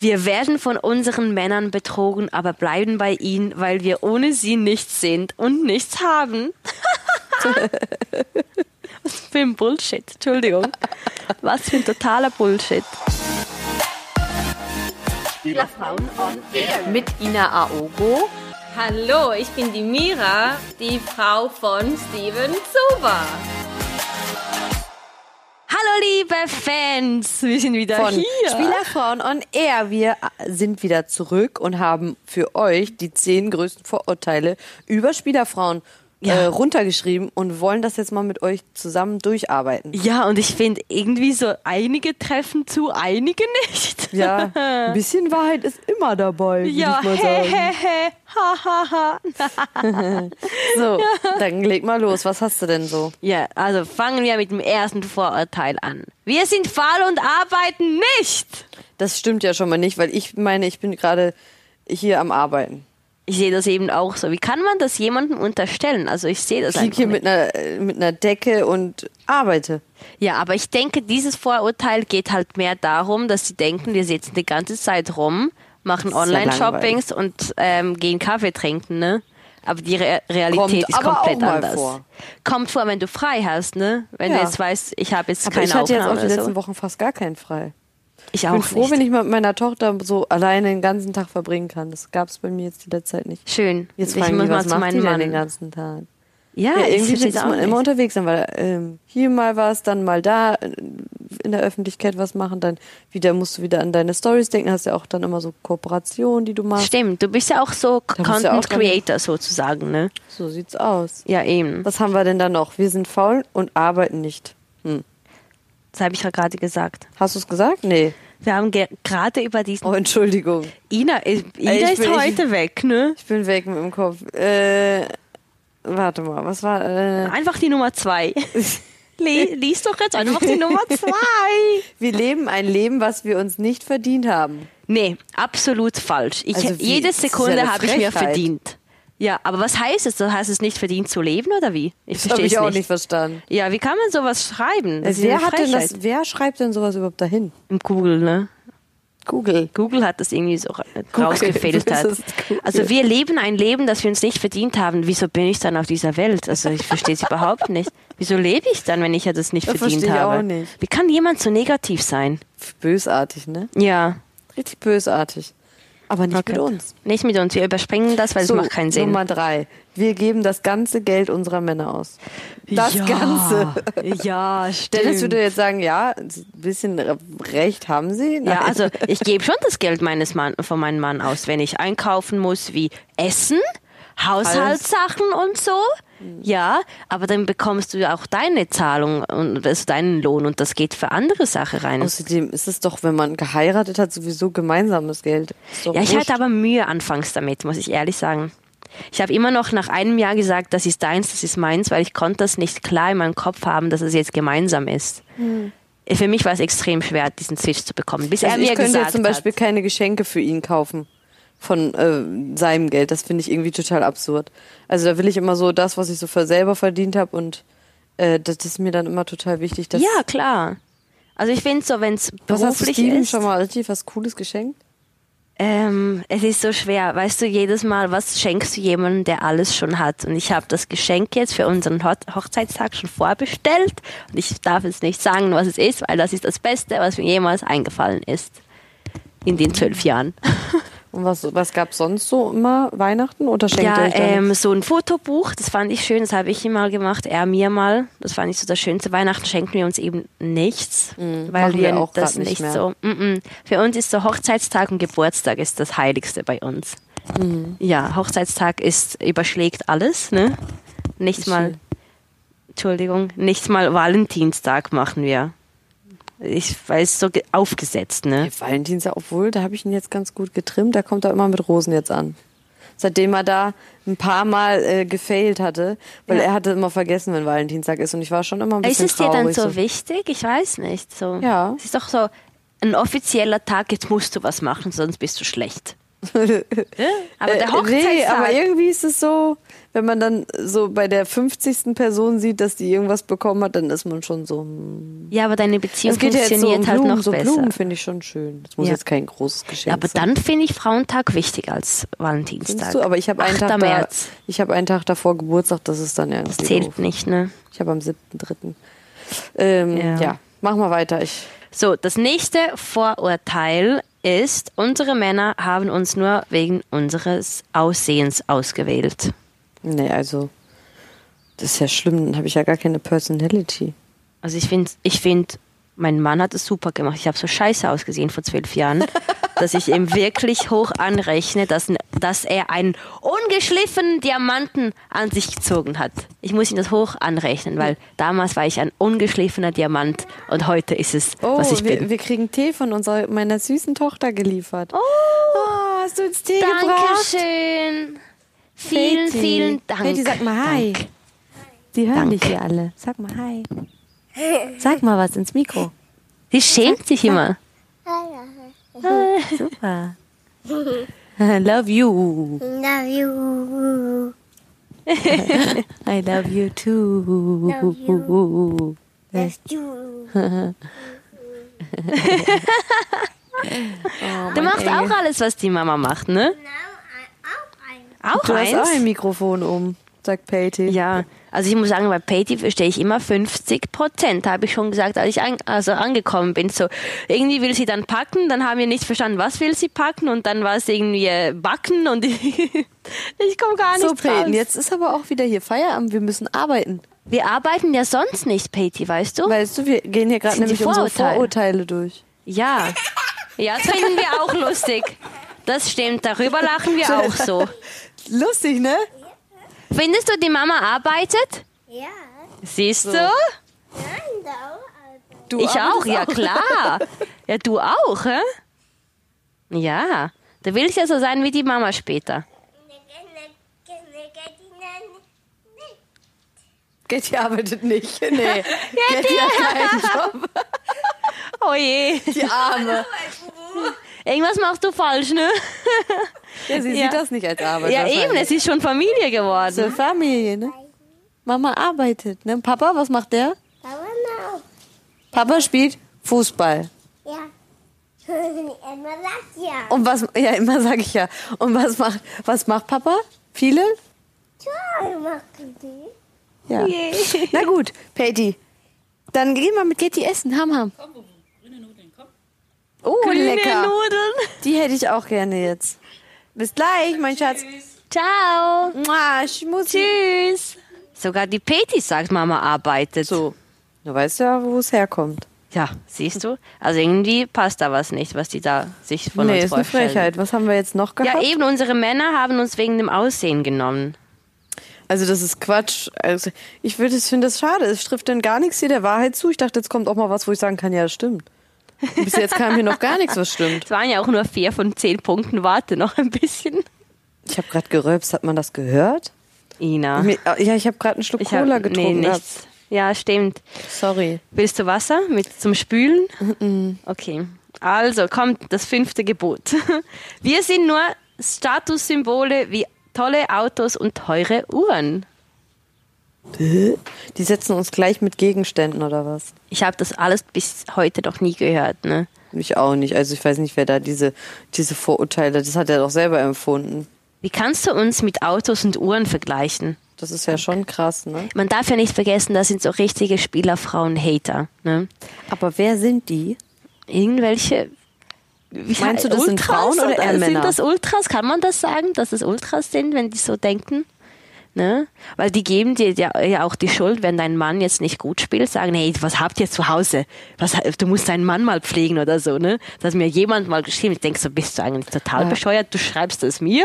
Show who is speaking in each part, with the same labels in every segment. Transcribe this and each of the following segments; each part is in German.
Speaker 1: Wir werden von unseren Männern betrogen, aber bleiben bei ihnen, weil wir ohne sie nichts sind und nichts haben. Was für ein Bullshit, Entschuldigung. Was für ein totaler Bullshit.
Speaker 2: mit Ina Aogo.
Speaker 3: Hallo, ich bin die Mira, die Frau von Steven Zuber.
Speaker 1: Hallo liebe Fans, wir sind wieder
Speaker 2: von
Speaker 1: Äh, hier.
Speaker 2: Spielerfrauen on Air. Wir sind wieder zurück und haben für euch die zehn größten Vorurteile über Spielerfrauen äh, runtergeschrieben und wollen das jetzt mal mit euch zusammen durcharbeiten.
Speaker 1: Ja, und ich finde irgendwie so einige treffen zu, einige nicht.
Speaker 2: Ja, ein bisschen Wahrheit ist immer dabei, würde
Speaker 1: Ja,
Speaker 2: ich mal
Speaker 1: he,
Speaker 2: sagen.
Speaker 1: he, he, ha, ha, ha.
Speaker 2: So, dann leg mal los. Was hast du denn so?
Speaker 1: Ja, also fangen wir mit dem ersten Vorurteil an. Wir sind faul und arbeiten nicht.
Speaker 2: Das stimmt ja schon mal nicht, weil ich meine, ich bin gerade hier am Arbeiten.
Speaker 1: Ich sehe das eben auch so. Wie kann man das jemandem unterstellen? Also ich sehe das
Speaker 2: Ich liege
Speaker 1: einfach
Speaker 2: hier
Speaker 1: nicht.
Speaker 2: mit einer, äh, mit einer Decke und arbeite.
Speaker 1: Ja, aber ich denke, dieses Vorurteil geht halt mehr darum, dass sie denken, wir sitzen die ganze Zeit rum, machen
Speaker 2: Das ist ja
Speaker 1: Online-Shoppings und ähm, gehen Kaffee trinken, ne? Aber die Re Realität
Speaker 2: Kommt
Speaker 1: ist
Speaker 2: aber
Speaker 1: komplett
Speaker 2: auch mal
Speaker 1: anders.
Speaker 2: vor.
Speaker 1: Kommt vor, wenn du frei hast, ne? Wenn
Speaker 2: Ja.
Speaker 1: du jetzt weißt, ich habe jetzt
Speaker 2: Aber
Speaker 1: keine
Speaker 2: ich hatte jetzt
Speaker 1: Aufnahme
Speaker 2: auch die
Speaker 1: oder
Speaker 2: letzten
Speaker 1: so.
Speaker 2: Wochen fast gar keinen frei.
Speaker 1: Ich
Speaker 2: Ich bin
Speaker 1: auch
Speaker 2: froh,
Speaker 1: nicht.
Speaker 2: wenn ich mal mit meiner Tochter so alleine den ganzen Tag verbringen kann. Das gab es bei mir jetzt die letzte Zeit nicht.
Speaker 1: Schön.
Speaker 2: Jetzt
Speaker 1: ich
Speaker 2: fragen
Speaker 1: muss
Speaker 2: die, was
Speaker 1: mal zu
Speaker 2: macht
Speaker 1: meinem
Speaker 2: die denn
Speaker 1: Mann.
Speaker 2: den ganzen Tag?
Speaker 1: Ja,
Speaker 2: Ja,
Speaker 1: ich
Speaker 2: irgendwie
Speaker 1: versteh's
Speaker 2: muss
Speaker 1: auch
Speaker 2: man immer
Speaker 1: nicht.
Speaker 2: unterwegs sein, weil ähm, hier mal was, dann mal da äh, in der Öffentlichkeit was machen, dann wieder musst du wieder an deine Stories denken, hast ja auch dann immer so Kooperationen, die du machst.
Speaker 1: Stimmt, du bist ja auch so
Speaker 2: musst
Speaker 1: Content
Speaker 2: du ja auch dran-
Speaker 1: Creator sozusagen, ne?
Speaker 2: So sieht's aus.
Speaker 1: Ja, eben.
Speaker 2: Was haben wir denn da noch? Wir sind faul und arbeiten nicht. Hm.
Speaker 1: Das habe ich ja gerade gesagt.
Speaker 2: Hast du's gesagt? Nee.
Speaker 1: Wir haben ge- gerade über diesen.
Speaker 2: Oh, Entschuldigung.
Speaker 1: Ina, ist- Ina
Speaker 2: Äh, ich
Speaker 1: ist
Speaker 2: bin- ich-
Speaker 1: heute weg, ne?
Speaker 2: Ich bin weg mit dem Kopf. Äh, warte mal, was war... Äh,
Speaker 1: Einfach die Nummer zwei. Le- Lies doch jetzt einfach die Nummer zwei.
Speaker 2: Wir leben ein Leben, was wir uns nicht verdient haben.
Speaker 1: Nee, absolut falsch. Ich,
Speaker 2: Also wie-
Speaker 1: jede
Speaker 2: das ist ja
Speaker 1: Sekunde
Speaker 2: eine
Speaker 1: habe ich mir
Speaker 2: Frechheit.
Speaker 1: verdient. Ja, aber was heißt es? Das heißt es nicht verdient zu leben oder wie? Ich
Speaker 2: Das habe
Speaker 1: verstehe es
Speaker 2: ich auch
Speaker 1: nicht.
Speaker 2: nicht verstanden.
Speaker 1: Ja, wie kann man sowas schreiben? Das ist
Speaker 2: wer,
Speaker 1: eine
Speaker 2: hat denn
Speaker 1: Frechheit.
Speaker 2: das, wer schreibt denn sowas überhaupt dahin?
Speaker 1: Im Google, ne?
Speaker 2: Google.
Speaker 1: Google hat das irgendwie so ra- rausgefiltert.
Speaker 2: Das ist Google.
Speaker 1: Also wir leben ein Leben, das wir uns nicht verdient haben. Wieso bin ich dann auf dieser Welt? Also ich verstehe es überhaupt nicht. Wieso lebe ich dann, wenn ich ja das nicht
Speaker 2: Das
Speaker 1: verdient
Speaker 2: verstehe ich
Speaker 1: habe?
Speaker 2: auch nicht.
Speaker 1: Wie kann jemand so negativ sein?
Speaker 2: Bösartig, ne?
Speaker 1: Ja.
Speaker 2: Richtig bösartig. Also Aber nicht
Speaker 1: okay.
Speaker 2: mit uns.
Speaker 1: Nicht mit uns. Wir überspringen das, weil es
Speaker 2: So,
Speaker 1: macht keinen Sinn.
Speaker 2: Nummer drei. Wir geben das ganze Geld unserer Männer aus. Das
Speaker 1: ja.
Speaker 2: Ganze.
Speaker 1: Ja,
Speaker 2: Dennis
Speaker 1: stimmt.
Speaker 2: würde jetzt sagen, ja, ein bisschen re- Recht haben sie. Nein.
Speaker 1: Ja, also ich gebe schon das Geld meines Mann, von meinem Mann aus, wenn ich einkaufen muss wie Essen, Haushaltssachen und so. Ja, aber dann bekommst du ja auch deine Zahlung und also deinen Lohn und das geht für andere Sachen rein.
Speaker 2: Außerdem ist es doch, wenn man geheiratet hat, sowieso gemeinsames Geld. Ist doch
Speaker 1: ja, ich
Speaker 2: wurscht.
Speaker 1: hatte aber Mühe anfangs damit, muss ich ehrlich sagen. Ich habe immer noch nach einem Jahr gesagt, das ist deins, das ist meins, weil ich konnte das nicht klar in meinem Kopf haben, dass es jetzt gemeinsam ist. Für mich war es extrem schwer, diesen Switch zu bekommen. Bis er
Speaker 2: Hm. Also
Speaker 1: mir
Speaker 2: ich könnte
Speaker 1: gesagt
Speaker 2: jetzt zum Beispiel
Speaker 1: hat.
Speaker 2: keine Geschenke für ihn kaufen von äh, seinem Geld. Das finde ich irgendwie total absurd. Also da will ich immer so das, was ich so für selber verdient habe und äh, das ist mir dann immer total wichtig. Dass,
Speaker 1: Ja, klar. Also ich finde so, wenn es
Speaker 2: was hast du
Speaker 1: beruflich
Speaker 2: Steven
Speaker 1: ist,
Speaker 2: schon mal richtig was Cooles geschenkt?
Speaker 1: ähm, es ist so schwer. Weißt du, jedes Mal, was schenkst du jemandem, der alles schon hat? Und ich habe das Geschenk jetzt für unseren Ho Hochzeitstag schon vorbestellt und ich darf jetzt nicht sagen, was es ist, weil das ist das Beste, was mir jemals eingefallen ist in den zwölf Jahren.
Speaker 2: Und was, was gab sonst so immer? Weihnachten oder schenkt ihr
Speaker 1: ja,
Speaker 2: euch da
Speaker 1: ähm,
Speaker 2: nichts?
Speaker 1: so ein Fotobuch, das fand ich schön, das habe ich ihm mal gemacht, er mir mal. Das fand ich so das Schönste. Weihnachten schenken wir uns eben nichts, weil
Speaker 2: Mhm, machen
Speaker 1: wir,
Speaker 2: wir auch
Speaker 1: das
Speaker 2: grad nicht
Speaker 1: nicht
Speaker 2: mehr.
Speaker 1: so. Mm -mm. Für uns ist so Hochzeitstag und Geburtstag ist das Heiligste bei uns.
Speaker 2: Mhm.
Speaker 1: Ja, Hochzeitstag ist überschlägt alles, ne? Nicht mal, Entschuldigung, nicht mal Valentinstag machen wir. Ich weiß, so ge- aufgesetzt, ne?
Speaker 2: Ja, Valentinstag, obwohl, da habe ich ihn jetzt ganz gut getrimmt. Da kommt er immer mit Rosen jetzt an. Seitdem er da ein paar Mal äh, gefailt hatte, weil
Speaker 1: Ja.
Speaker 2: er hatte immer vergessen, wenn Valentinstag ist und ich war schon immer ein
Speaker 1: Ist
Speaker 2: bisschen
Speaker 1: es dir dann
Speaker 2: traurig,
Speaker 1: so wichtig? Ich weiß nicht. So.
Speaker 2: Ja.
Speaker 1: Es ist doch so ein offizieller Tag, jetzt musst du was machen, sonst bist du schlecht. Aber der Hochzeitstag.
Speaker 2: Äh, Nee, aber irgendwie ist es so, wenn man dann so bei der 50. Person sieht, dass die irgendwas bekommen hat, dann ist man schon so. hm.
Speaker 1: ja, aber deine Beziehung
Speaker 2: Es geht ja jetzt so um
Speaker 1: funktioniert
Speaker 2: Blumen,
Speaker 1: halt noch
Speaker 2: so
Speaker 1: besser.
Speaker 2: Blumen finde ich schon schön. Das muss
Speaker 1: Ja.
Speaker 2: jetzt kein großes Geschenk
Speaker 1: Ja, aber
Speaker 2: sein.
Speaker 1: dann finde ich Frauentag wichtiger als
Speaker 2: Findest
Speaker 1: Valentinstag.
Speaker 2: du, aber ich habe einen
Speaker 1: 8.
Speaker 2: Tag da-
Speaker 1: März.
Speaker 2: ich habe einen Tag davor Geburtstag, das ist dann irgendwie
Speaker 1: Das zählt
Speaker 2: doof.
Speaker 1: nicht, ne?
Speaker 2: Ich habe am 7.3. Ähm, ja.
Speaker 1: Ja.
Speaker 2: mach mal weiter. Ich,
Speaker 1: So, das nächste Vorurteil ist, unsere Männer haben uns nur wegen unseres Aussehens ausgewählt.
Speaker 2: nee, also das ist ja schlimm, dann habe ich ja gar keine Personality.
Speaker 1: Also ich finde, ich find, mein Mann hat es super gemacht. Ich habe so scheiße ausgesehen vor zwölf Jahren, dass ich ihm wirklich hoch anrechne, dass, dass er einen ungeschliffenen Diamanten an sich gezogen hat. Ich muss ihm das hoch anrechnen, weil damals war ich ein ungeschliffener Diamant und heute ist es,
Speaker 2: Oh,
Speaker 1: was ich bin.
Speaker 2: wir, wir kriegen Tee von unserer, meiner süßen Tochter geliefert. Oh, hast du uns Tee gebracht?
Speaker 1: Dankeschön. Vielen,
Speaker 2: Katie.
Speaker 1: vielen Dank.
Speaker 2: Katie, sag mal Hi.
Speaker 1: Dank.
Speaker 2: Die hören
Speaker 1: Dank.
Speaker 2: dich hier alle. Sag mal Hi. Sag mal was ins Mikro.
Speaker 1: Sie schämt sich immer.
Speaker 2: Super. I love you.
Speaker 4: Love you.
Speaker 2: I love you too.
Speaker 4: Love Love you.
Speaker 2: oh
Speaker 1: Du machst auch alles, was die Mama macht, ne? Auch
Speaker 2: Du hast
Speaker 1: eins?
Speaker 2: auch ein Mikrofon um, sagt Patty.
Speaker 1: Ja, also ich muss sagen, bei Patty verstehe ich immer 50 Prozent, habe ich schon gesagt, als ich an, also angekommen bin. So, irgendwie will sie dann packen, dann haben wir nicht verstanden, was will sie packen und dann war es irgendwie äh, backen und ich, komme gar nicht
Speaker 2: So, Peyton,
Speaker 1: raus.
Speaker 2: jetzt ist aber auch wieder hier Feierabend. Wir müssen arbeiten.
Speaker 1: Wir arbeiten ja sonst nicht, Patty, weißt du?
Speaker 2: Weißt du, wir gehen hier gerade
Speaker 1: Oh. Sind die
Speaker 2: nämlich unsere
Speaker 1: Vorurteile?
Speaker 2: Vorurteile durch.
Speaker 1: ja. Ja, das finden wir auch lustig. Das stimmt, darüber lachen wir auch so.
Speaker 2: Lustig, ne?
Speaker 1: Findest du, die Mama arbeitet?
Speaker 4: Ja.
Speaker 1: Siehst du?
Speaker 4: Nein, da auch.
Speaker 2: Du
Speaker 1: Ich auch,
Speaker 2: arbeitest
Speaker 1: ja klar. Ja, du auch, hä? Ja. Du willst ja so sein wie die Mama später.
Speaker 2: Getty arbeitet nicht. Nee. Getty hat keinen Job.
Speaker 1: Oh je.
Speaker 2: Die Arme.
Speaker 1: Irgendwas machst du falsch, ne?
Speaker 2: Ja, sie
Speaker 1: Ja.
Speaker 2: sieht das nicht als Arbeit.
Speaker 1: Ja, eben,
Speaker 2: wahrscheinlich.
Speaker 1: es ist schon Familie geworden.
Speaker 2: Zur Familie, ne? Mama arbeitet, ne? Papa, was macht der?
Speaker 4: Da war noch.
Speaker 2: Papa spielt Fußball.
Speaker 4: Ja. Erstmal lacht ja.
Speaker 2: Und was, ja, immer sage ich ja. Und was macht, was macht Papa? Viele?
Speaker 4: Toll, machen die.
Speaker 2: Ja. Na gut, Patty. Dann geh mal mit Getty essen. Ham, ham. Oh, lecker.
Speaker 1: Nudeln.
Speaker 2: Die hätte ich auch gerne jetzt. Bis gleich, mein Schatz.
Speaker 1: Ciao.
Speaker 2: Mua, Schmutzi.
Speaker 1: Tschüss. Sogar die Peti sagt, Mama arbeitet.
Speaker 2: So. Du weißt ja, wo es herkommt.
Speaker 1: Ja, siehst du? Also irgendwie passt da was nicht, was die da sich von
Speaker 2: nee,
Speaker 1: uns
Speaker 2: ist eine
Speaker 1: vorstellen.
Speaker 2: Frechheit. Was haben wir jetzt noch gehabt?
Speaker 1: Ja, eben, unsere Männer haben uns wegen dem Aussehen genommen.
Speaker 2: Also das ist Quatsch. Also ich würde es finde das schade. Es trifft denn gar nichts hier der Wahrheit zu. Ich dachte, jetzt kommt auch mal was, wo ich sagen kann, ja, das stimmt. Und Bis jetzt kam hier noch gar nichts, was stimmt.
Speaker 1: Es waren ja auch nur vier von zehn Punkten. Warte noch ein bisschen.
Speaker 2: Ich habe gerade gerülpst, hat man das gehört?
Speaker 1: Ina.
Speaker 2: Mir- Ja, ich habe gerade einen Schluck
Speaker 1: Ich hab-
Speaker 2: Cola getrunken.
Speaker 1: Nee,
Speaker 2: Ja,
Speaker 1: nichts. Ja, stimmt.
Speaker 2: Sorry.
Speaker 1: Willst du Wasser mit zum Spülen? Okay. Also kommt das fünfte Gebot. Wir sind nur Statussymbole wie tolle Autos und teure Uhren.
Speaker 2: Die setzen uns gleich mit Gegenständen oder was?
Speaker 1: Ich habe das alles bis heute noch nie gehört. Ne?
Speaker 2: Mich auch nicht. Also ich weiß nicht, wer da diese, diese Vorurteile, das hat er doch selber empfunden.
Speaker 1: Wie kannst du uns mit Autos und Uhren vergleichen?
Speaker 2: Das ist ja schon krass, ne?
Speaker 1: Man darf ja nicht vergessen, das sind so richtige Spielerfrauen-Hater. Ne?
Speaker 2: Aber wer sind die?
Speaker 1: Irgendwelche.
Speaker 2: Meinst du, das sind Frauen oder eher
Speaker 1: Sind
Speaker 2: Männer?
Speaker 1: das Ultras? Kann man das sagen, dass es Ultras sind, wenn die so denken? Ne? Weil die geben dir ja ja auch die Schuld, wenn dein Mann jetzt nicht gut spielt, sagen, hey, was habt ihr zu Hause? Was, du musst deinen Mann mal pflegen oder so, ne? Dass mir jemand mal geschrieben, ich denke so, bist du eigentlich total bescheuert, du schreibst es mir?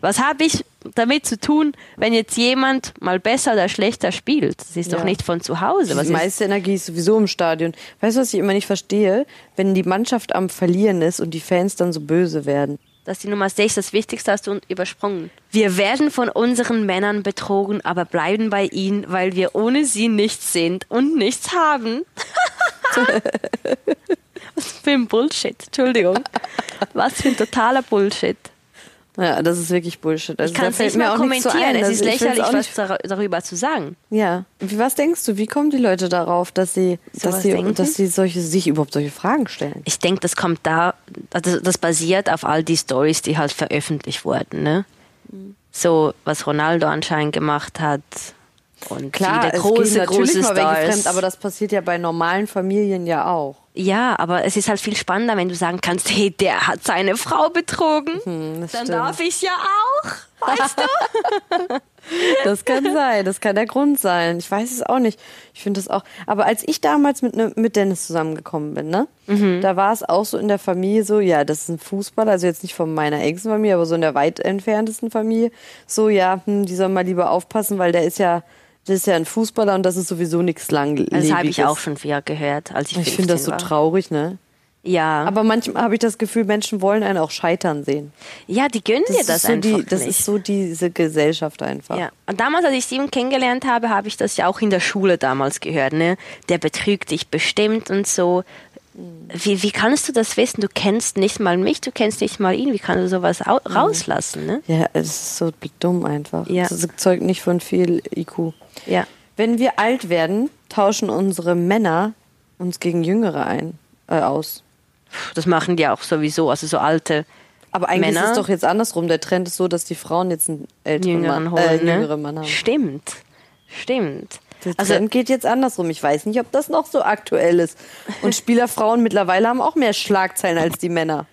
Speaker 1: Was habe ich damit zu tun, wenn jetzt jemand mal besser oder schlechter spielt? Das ist
Speaker 2: Ja.
Speaker 1: doch nicht von zu Hause. Was
Speaker 2: die
Speaker 1: ist
Speaker 2: meiste Energie ist sowieso im Stadion. Weißt du, was ich immer nicht verstehe? Wenn die Mannschaft am Verlieren ist und die Fans dann so böse werden.
Speaker 1: dass die Nummer 6 das Wichtigste hast du un- übersprungen. Wir werden von unseren Männern betrogen, aber bleiben bei ihnen, weil wir ohne sie nichts sind und nichts haben. Was für ein Bullshit, Entschuldigung. Was für ein totaler Bullshit.
Speaker 2: Ja, das ist wirklich Bullshit. Also
Speaker 1: Ich
Speaker 2: da
Speaker 1: kann es
Speaker 2: fällt
Speaker 1: nicht
Speaker 2: mir
Speaker 1: mal
Speaker 2: auch nichts zu
Speaker 1: kommentieren.
Speaker 2: ein.
Speaker 1: Es
Speaker 2: Also
Speaker 1: ist
Speaker 2: ich find's
Speaker 1: lächerlich,
Speaker 2: auch
Speaker 1: was
Speaker 2: nicht-
Speaker 1: dar- darüber zu sagen.
Speaker 2: Ja. Wie, was denkst du? Wie kommen die Leute darauf, dass sie,
Speaker 1: Sowas
Speaker 2: dass sie,
Speaker 1: denken?
Speaker 2: dass sie solche, sich überhaupt solche Fragen stellen?
Speaker 1: Ich denke, das kommt da, also das, das basiert auf all die Stories, die halt veröffentlicht wurden. Ne?
Speaker 2: Mhm.
Speaker 1: So, was Ronaldo anscheinend gemacht hat. Und
Speaker 2: Klar,
Speaker 1: viele
Speaker 2: es gehen
Speaker 1: große,
Speaker 2: natürlich
Speaker 1: große
Speaker 2: mal welche
Speaker 1: Stars.
Speaker 2: fremd, aber das passiert ja bei normalen Familien ja auch.
Speaker 1: ja, aber es ist halt viel spannender, wenn du sagen kannst, hey, der hat seine Frau betrogen.
Speaker 2: Mhm, das
Speaker 1: Dann
Speaker 2: stimmt.
Speaker 1: darf ich ja auch. Weißt du?
Speaker 2: Das kann sein, das kann der Grund sein. Ich weiß es auch nicht. Ich finde das auch. Aber als ich damals mit, ne, mit Dennis zusammengekommen bin, ne,
Speaker 1: Mhm.
Speaker 2: da war es auch so in der Familie so, ja, das ist ein Fußballer, also jetzt nicht von meiner engsten Familie, aber so in der weit entferntesten Familie, so, ja, hm, die sollen mal lieber aufpassen, weil der ist ja, das ist ja ein Fußballer und das ist sowieso nichts langlebiges.
Speaker 1: Das habe Also, ich auch schon wieder gehört, als ich
Speaker 2: Ich finde das so
Speaker 1: war.
Speaker 2: traurig, ne?
Speaker 1: Ja.
Speaker 2: Aber manchmal habe ich das Gefühl, Menschen wollen einen auch scheitern sehen.
Speaker 1: ja, die gönnen dir das
Speaker 2: ist so
Speaker 1: einfach
Speaker 2: die, das
Speaker 1: nicht.
Speaker 2: ist so diese Gesellschaft einfach.
Speaker 1: Ja. Und damals, als ich Steven kennengelernt habe, habe ich das ja auch in der Schule damals gehört, ne? Der betrügt dich bestimmt und so.
Speaker 2: Mhm.
Speaker 1: Wie, wie kannst du das wissen? Du kennst nicht mal mich, du kennst nicht mal ihn. Wie kannst du sowas au-
Speaker 2: Mhm.
Speaker 1: rauslassen, ne?
Speaker 2: Ja, es ist so dumm einfach.
Speaker 1: Ja.
Speaker 2: Das zeugt nicht von viel IQ.
Speaker 1: Ja.
Speaker 2: Wenn wir alt werden, tauschen unsere Männer uns gegen Jüngere ein, äh, aus.
Speaker 1: Puh, Das machen die auch sowieso, also so alte.
Speaker 2: Aber eigentlich
Speaker 1: Männer?
Speaker 2: ist es doch jetzt andersrum. Der Trend ist so, dass die Frauen jetzt einen älteren
Speaker 1: jüngeren
Speaker 2: Mann, äh,
Speaker 1: holen.
Speaker 2: jüngere
Speaker 1: Ne?
Speaker 2: Mann haben.
Speaker 1: Stimmt. Stimmt.
Speaker 2: Der Trend
Speaker 1: Also,
Speaker 2: also, geht jetzt andersrum. Ich weiß nicht, ob das noch so aktuell ist. Und Spielerfrauen mittlerweile haben auch mehr Schlagzeilen als die Männer.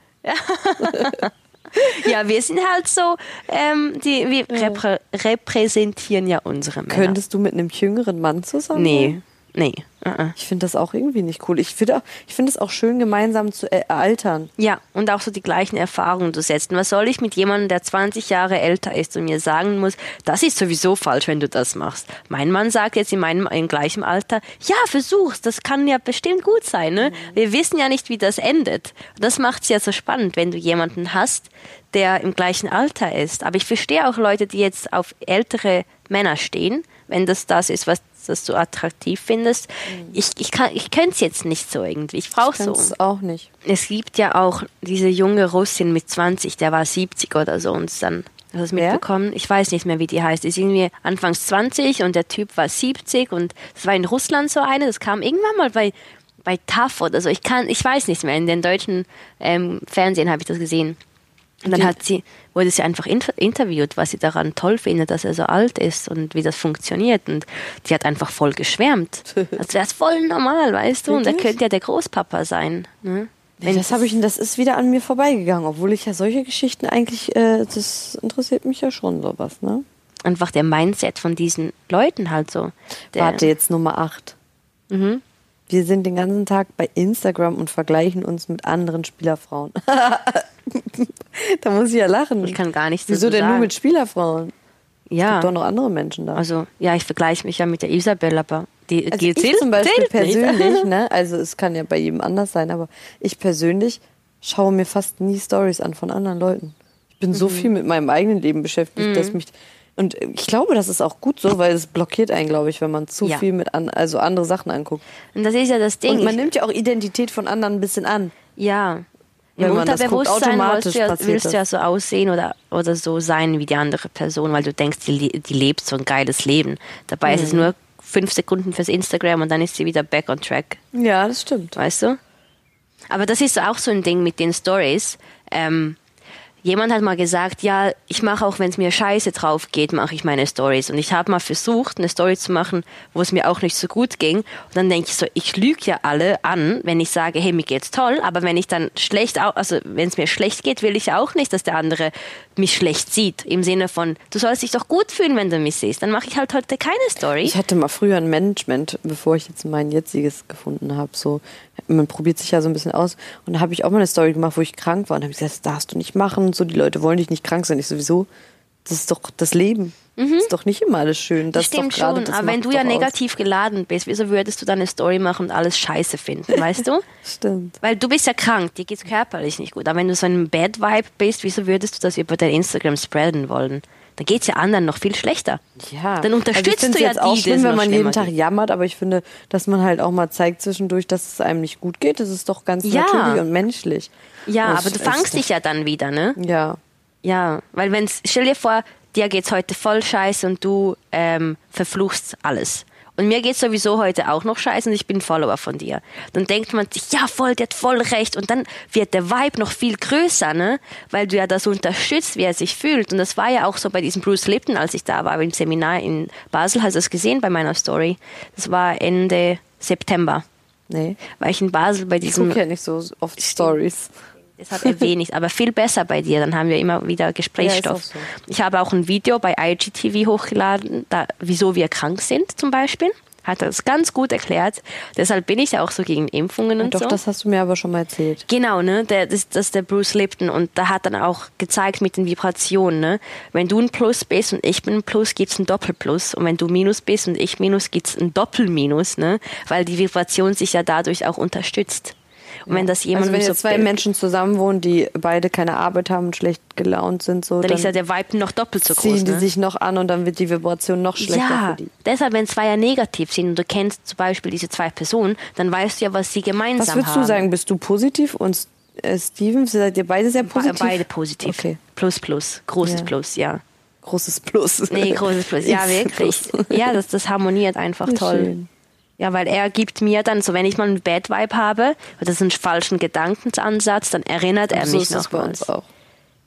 Speaker 1: ja, wir sind halt so, ähm, die, wir reprä repräsentieren ja unsere Männer.
Speaker 2: Könntest du mit einem jüngeren Mann zusammen?
Speaker 1: Nee, nee. uh-uh.
Speaker 2: Ich finde das auch irgendwie nicht cool. Ich finde auch- ich finde es auch schön, gemeinsam zu äh, altern.
Speaker 1: Ja, und auch so die gleichen Erfahrungen zu setzen. Was soll ich mit jemandem, der 20 Jahre älter ist und mir sagen muss, das ist sowieso falsch, wenn du das machst. Mein Mann sagt jetzt in meinem im gleichen Alter, ja, versuch's, das kann ja bestimmt gut sein. Ne? Wir wissen ja nicht, wie das endet. Das macht's ja so spannend, wenn du jemanden hast, der im gleichen Alter ist. Aber ich verstehe auch Leute, die jetzt auf ältere Männer stehen, wenn das das ist, was das du attraktiv findest. Ich, ich, kann, ich könnte es jetzt nicht so irgendwie. Ich brauche
Speaker 2: Ich kann
Speaker 1: so
Speaker 2: es auch nicht.
Speaker 1: es gibt ja auch diese junge Russin mit 20, der war 70 oder so und dann hast du es
Speaker 2: Wer?
Speaker 1: mitbekommen. Ich weiß nicht mehr, wie die heißt. Die ist irgendwie anfangs 20 und der Typ war 70 und es war in Russland so eine. Das kam irgendwann mal bei bei TAF oder so. Ich kann, ich weiß nicht mehr. In den deutschen ähm, Fernsehen habe ich das gesehen. Und dann
Speaker 2: Die-
Speaker 1: hat sie, wurde sie einfach inter interviewt, was sie daran toll findet, dass er so alt ist und wie das funktioniert. Und die hat einfach voll geschwärmt. Als wäre es voll normal, weißt du? Und er
Speaker 2: Wirklich?
Speaker 1: könnte ja der Großpapa sein. Ne?
Speaker 2: Nee, das habe ich, das ist wieder an mir vorbeigegangen, obwohl ich ja solche Geschichten eigentlich, äh, das interessiert mich ja schon sowas, ne?
Speaker 1: Einfach der Mindset von diesen Leuten halt so. Der, Mhm.
Speaker 2: Warte, jetzt Nummer 8. Wir sind den ganzen Tag bei Instagram und vergleichen uns mit anderen Spielerfrauen. da muss ich ja lachen.
Speaker 1: Ich kann gar nichts
Speaker 2: Wieso
Speaker 1: dazu
Speaker 2: denn nur
Speaker 1: sagen.
Speaker 2: mit Spielerfrauen?
Speaker 1: ja.
Speaker 2: Gibt doch noch andere Menschen da.
Speaker 1: Also, ja, ich vergleiche mich ja mit der Isabel, aber die
Speaker 2: Also
Speaker 1: die
Speaker 2: ich
Speaker 1: zählt-
Speaker 2: zum Beispiel
Speaker 1: zählt nicht.
Speaker 2: persönlich, ne? Also es kann ja bei jedem anders sein, aber ich persönlich schaue mir fast nie Stories an von anderen Leuten. Ich bin so viel mit meinem eigenen Leben beschäftigt, dass mich und ich glaube, das ist auch gut so, weil es blockiert einen, glaube ich, wenn man zu
Speaker 1: Ja.
Speaker 2: viel mit an, also andere Sachen anguckt.
Speaker 1: Und das ist ja das Ding.
Speaker 2: Und man
Speaker 1: Ich-
Speaker 2: nimmt ja auch Identität von anderen ein bisschen an.
Speaker 1: Ja.
Speaker 2: Wenn
Speaker 1: Im
Speaker 2: man das guckt,
Speaker 1: Unterbewusstsein
Speaker 2: automatisch
Speaker 1: willst du, ja,
Speaker 2: passiert
Speaker 1: willst
Speaker 2: das.
Speaker 1: du ja so aussehen oder, oder so sein wie die andere Person, weil du denkst, die, le- die lebt so ein geiles Leben. Dabei ist es
Speaker 2: Mhm.
Speaker 1: nur fünf Sekunden fürs Instagram und dann ist sie wieder back on track,
Speaker 2: Ja, das stimmt.
Speaker 1: weißt du? Aber das ist auch so ein Ding mit den Stories. Ähm, jemand hat mal gesagt, ja, ich mache auch, wenn es mir scheiße drauf geht, mache ich meine Stories. Und ich habe mal versucht, eine Story zu machen, wo es mir auch nicht so gut ging. Und dann denke ich so, ich lüge ja alle an, wenn ich sage, hey, mir geht's toll, aber wenn ich dann schlecht, au- also wenn es mir schlecht geht, will ich ja auch nicht, dass der andere mich schlecht sieht. Im Sinne von, du sollst dich doch gut fühlen, wenn du mich siehst. Dann mache ich halt heute keine Story.
Speaker 2: Ich hatte mal früher ein Management, bevor ich jetzt mein jetziges gefunden habe. So, man probiert sich ja so ein bisschen aus. Und da habe ich auch mal eine Story gemacht, wo ich krank war. Und habe ich gesagt, das darfst du nicht machen. So, die Leute wollen dich nicht krank sein. Ich sowieso, das ist doch das Leben. Das ist doch nicht immer alles schön. Das
Speaker 1: Mhm. Das stimmt
Speaker 2: ist doch gerade,
Speaker 1: schon,
Speaker 2: das
Speaker 1: aber wenn
Speaker 2: macht
Speaker 1: du ja
Speaker 2: doch aus.
Speaker 1: negativ geladen bist, wieso würdest du dann eine Story machen und alles scheiße finden, weißt du?
Speaker 2: Stimmt.
Speaker 1: Weil du bist ja krank, dir geht's körperlich nicht gut. Aber wenn du so ein Bad Vibe bist, wieso würdest du das über dein Instagram spreaden wollen? Da geht's ja anderen noch viel schlechter.
Speaker 2: Ja.
Speaker 1: Dann
Speaker 2: also ich
Speaker 1: unterstützt
Speaker 2: find's
Speaker 1: du ja
Speaker 2: jetzt auch
Speaker 1: die,
Speaker 2: schlimm,
Speaker 1: denen
Speaker 2: wenn
Speaker 1: noch
Speaker 2: man jeden
Speaker 1: schlimmer
Speaker 2: Tag
Speaker 1: geht.
Speaker 2: jammert, aber ich finde, dass man halt auch mal zeigt zwischendurch, dass es einem nicht gut geht. Das ist doch ganz
Speaker 1: Ja.
Speaker 2: natürlich und menschlich.
Speaker 1: Ja,
Speaker 2: Das
Speaker 1: aber du
Speaker 2: ist-
Speaker 1: fangst dich ja dann wieder, ne?
Speaker 2: Ja.
Speaker 1: Ja, weil wenn's, stell dir vor, dir geht's heute voll scheiße und du ähm, verfluchst alles. Und mir geht's sowieso heute auch noch scheiße und ich bin Follower von dir. Dann denkt man sich, ja voll, der hat voll recht. Und dann wird der Vibe noch viel größer, ne? Weil du ja das unterstützt, wie er sich fühlt. Und das war ja auch so bei diesem Bruce Lipton, als ich da war im Seminar in Basel, hast du es gesehen bei meiner Story. Das war Ende September.
Speaker 2: Nee.
Speaker 1: War ich in Basel bei
Speaker 2: Ich
Speaker 1: diesem
Speaker 2: gucke ja nicht so oft Stories.
Speaker 1: deshalb erwähne ich aber viel besser bei dir. Dann haben wir immer wieder
Speaker 2: Ja,
Speaker 1: Gesprächsstoff.
Speaker 2: ist auch so.
Speaker 1: Ich habe auch ein Video bei IGTV hochgeladen, da, wieso wir krank sind zum Beispiel. Hat er das ganz gut erklärt. Deshalb bin ich ja auch so gegen Impfungen und
Speaker 2: Doch,
Speaker 1: so.
Speaker 2: das hast du mir aber schon mal erzählt.
Speaker 1: Genau, ne? Der, das, das ist der Bruce Lipton und da hat dann auch gezeigt mit den Vibrationen, ne? Wenn du ein Plus bist und ich bin ein Plus, gibt's ein Doppelplus. Und wenn du Minus bist und ich Minus, gibt's ein Doppelminus, ne? Weil die Vibration sich ja dadurch auch unterstützt. Und wenn das jemand
Speaker 2: Also wenn jetzt zwei Menschen zusammenwohnen, die beide keine Arbeit haben und schlecht gelaunt sind, so
Speaker 1: dann,
Speaker 2: dann
Speaker 1: ist ja der Vibe noch doppelt so
Speaker 2: ziehen
Speaker 1: groß.
Speaker 2: die
Speaker 1: Ne?
Speaker 2: sich noch an und dann wird die Vibration noch schlechter für
Speaker 1: ja,
Speaker 2: die.
Speaker 1: deshalb, wenn zwei ja negativ sind und du kennst zum Beispiel diese zwei Personen, dann weißt du ja, was sie gemeinsam
Speaker 2: Was würdest
Speaker 1: haben.
Speaker 2: du sagen? Bist du positiv und äh, Steven? Seid ihr beide sehr
Speaker 1: Be-
Speaker 2: positiv?
Speaker 1: Beide positiv.
Speaker 2: Okay.
Speaker 1: Plus, plus. Großes
Speaker 2: Ja.
Speaker 1: Plus, ja.
Speaker 2: Großes Plus.
Speaker 1: Nee, großes Plus. Ja, wirklich. Ja, das, das harmoniert einfach toll.
Speaker 2: Schön.
Speaker 1: Ja, weil er gibt mir dann, so wenn ich mal einen Bad Vibe habe, oder so einen falschen Gedankensansatz, dann erinnert er
Speaker 2: so
Speaker 1: mich
Speaker 2: ist das bei uns
Speaker 1: nochmals.
Speaker 2: auch.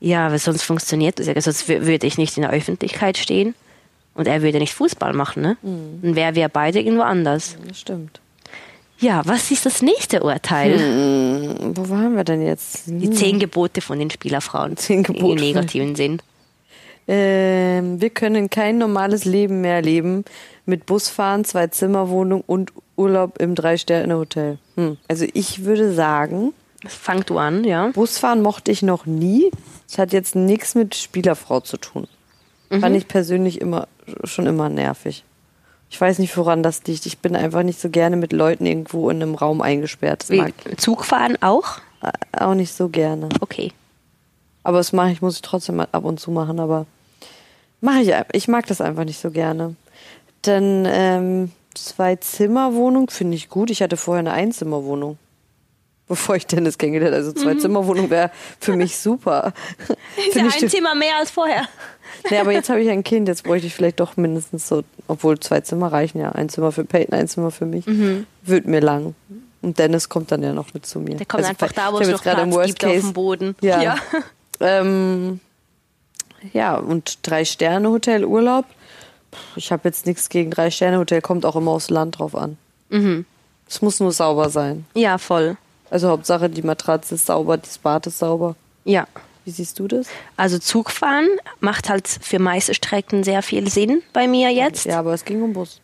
Speaker 1: Ja, weil sonst funktioniert das ja. Also Sonst wür- würde ich nicht in der Öffentlichkeit stehen und er würde nicht Fußball machen, ne?
Speaker 2: Mhm.
Speaker 1: Dann wären wir beide irgendwo anders.
Speaker 2: Das stimmt.
Speaker 1: Ja, was ist das nächste
Speaker 2: Hm.
Speaker 1: Urteil?
Speaker 2: Wo waren wir denn jetzt?
Speaker 1: Die zehn Gebote von den Spielerfrauen.
Speaker 2: Zehn Gebote.
Speaker 1: Im negativen Sinn.
Speaker 2: Ähm, wir können kein normales Leben mehr leben mit Busfahren, zwei Zimmerwohnung und Urlaub im Drei-Sterne-Hotel. Hm. Also ich würde sagen,
Speaker 1: Fang du an, ja.
Speaker 2: Busfahren mochte ich noch nie. Es hat jetzt nichts mit Spielerfrau zu tun. Fand ich persönlich immer schon immer nervig. Ich weiß nicht, woran das liegt. Ich bin einfach nicht so gerne mit Leuten irgendwo in einem Raum eingesperrt. Das mag
Speaker 1: Wie, Zugfahren auch?
Speaker 2: ich auch nicht so gerne.
Speaker 1: Okay.
Speaker 2: Aber das mache ich, muss ich trotzdem mal ab und zu machen, aber mache ich, ein- ich mag das einfach nicht so gerne. Dann ähm, zwei Zimmerwohnung finde ich gut. Ich hatte vorher eine Einzimmerwohnung. Bevor ich Dennis kennengelernt habe. Also zwei Zimmerwohnung wäre für mich super.
Speaker 1: Mhm. Ist ja
Speaker 2: Finde ich
Speaker 1: ein Thema mehr als vorher.
Speaker 2: Nee, aber jetzt habe ich ein Kind, jetzt bräuchte ich vielleicht doch mindestens so, obwohl zwei Zimmer reichen ja. Ein Zimmer für Peyton, ein Zimmer für mich. Wird mir lang. Und Dennis kommt dann ja noch mit zu
Speaker 1: Mhm.
Speaker 2: mir. Also
Speaker 1: Der kommt einfach da, wo es
Speaker 2: ich habe
Speaker 1: noch
Speaker 2: jetzt gerade
Speaker 1: Platz
Speaker 2: im Worst
Speaker 1: gibt
Speaker 2: Case.
Speaker 1: auf dem Boden.
Speaker 2: Ja.
Speaker 1: ja.
Speaker 2: Ähm, ja, und Drei-Sterne-Hotel-Urlaub. Puh, Ich habe jetzt nichts gegen Drei-Sterne-Hotel, kommt auch immer aufs Land drauf an.
Speaker 1: Mhm.
Speaker 2: Es muss nur sauber sein.
Speaker 1: Ja, voll.
Speaker 2: Also Hauptsache, die Matratze ist sauber, das Bad ist sauber.
Speaker 1: Ja.
Speaker 2: Wie siehst du das?
Speaker 1: Also Zugfahren macht halt für meiste Strecken sehr viel Sinn bei mir jetzt.
Speaker 2: Ja, aber es ging um Bus.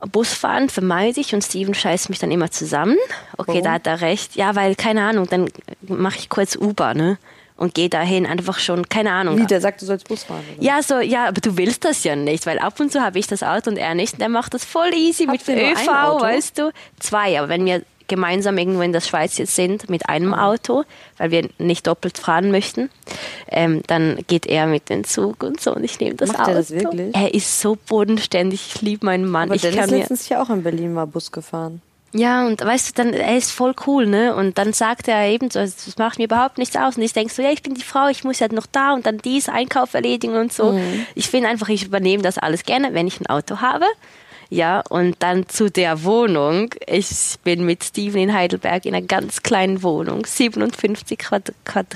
Speaker 1: Busfahren vermeide ich und Steven scheißt mich dann immer zusammen. Okay, da hat er recht. Ja, weil, keine Ahnung, dann mache ich kurz Uber, ne? Und gehe dahin, einfach schon, keine Ahnung.
Speaker 2: Wie, der sagt, du sollst Bus fahren. Oder?
Speaker 1: ja, so, ja, aber du willst das ja nicht, weil ab und zu habe ich das Auto und er nicht. Und er macht das voll easy
Speaker 2: Habt
Speaker 1: mit
Speaker 2: ihr nur ein
Speaker 1: ÖV,
Speaker 2: Auto?
Speaker 1: weißt du? Zwei, aber wenn wir gemeinsam irgendwo in der Schweiz jetzt sind mit
Speaker 2: Mhm.
Speaker 1: einem Auto, weil wir nicht doppelt fahren möchten, ähm, dann geht er mit dem Zug und so und ich nehme das
Speaker 2: Macht
Speaker 1: Auto.
Speaker 2: er das wirklich?
Speaker 1: Er ist so bodenständig, ich liebe meinen Mann.
Speaker 2: Aber
Speaker 1: ich
Speaker 2: Dennis
Speaker 1: kann mir
Speaker 2: letztens ja auch in Berlin mal Bus gefahren.
Speaker 1: ja, und weißt du, dann, er ist voll cool, ne? Und dann sagt er eben so, also, das macht mir überhaupt nichts aus. Und ich denk so, ja, ich bin die Frau, ich muss ja noch da und dann dies Einkauf erledigen und so.
Speaker 2: Mhm.
Speaker 1: Ich finde einfach, ich übernehme das alles gerne, wenn ich ein Auto habe. Ja, und dann zu der Wohnung. Ich bin mit Steven in Heidelberg in einer ganz kleinen Wohnung, 57 Quad